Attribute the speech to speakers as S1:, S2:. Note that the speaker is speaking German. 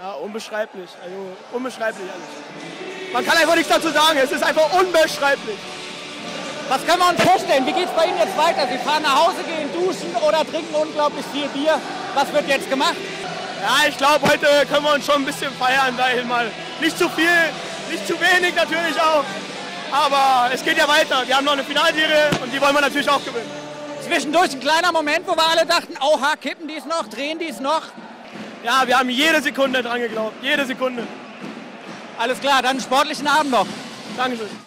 S1: Ja, unbeschreiblich. Also unbeschreiblich alles. Man kann einfach nichts dazu sagen. Es ist einfach unbeschreiblich.
S2: Was können wir uns vorstellen? Wie geht es bei Ihnen jetzt weiter? Sie fahren nach Hause, gehen duschen oder trinken unglaublich viel Bier. Was wird jetzt gemacht?
S1: Ja, ich glaube, heute können wir uns schon ein bisschen feiern dahin mal. Nicht zu viel, nicht zu wenig natürlich auch. Aber es geht ja weiter. Wir haben noch eine Finalserie und die wollen wir natürlich auch gewinnen.
S2: Zwischendurch ein kleiner Moment, wo wir alle dachten, oha, kippen die es noch, drehen die es noch.
S1: Ja, wir haben jede Sekunde dran geglaubt. Jede Sekunde.
S2: Alles klar, dann einen sportlichen Abend noch.
S1: Dankeschön.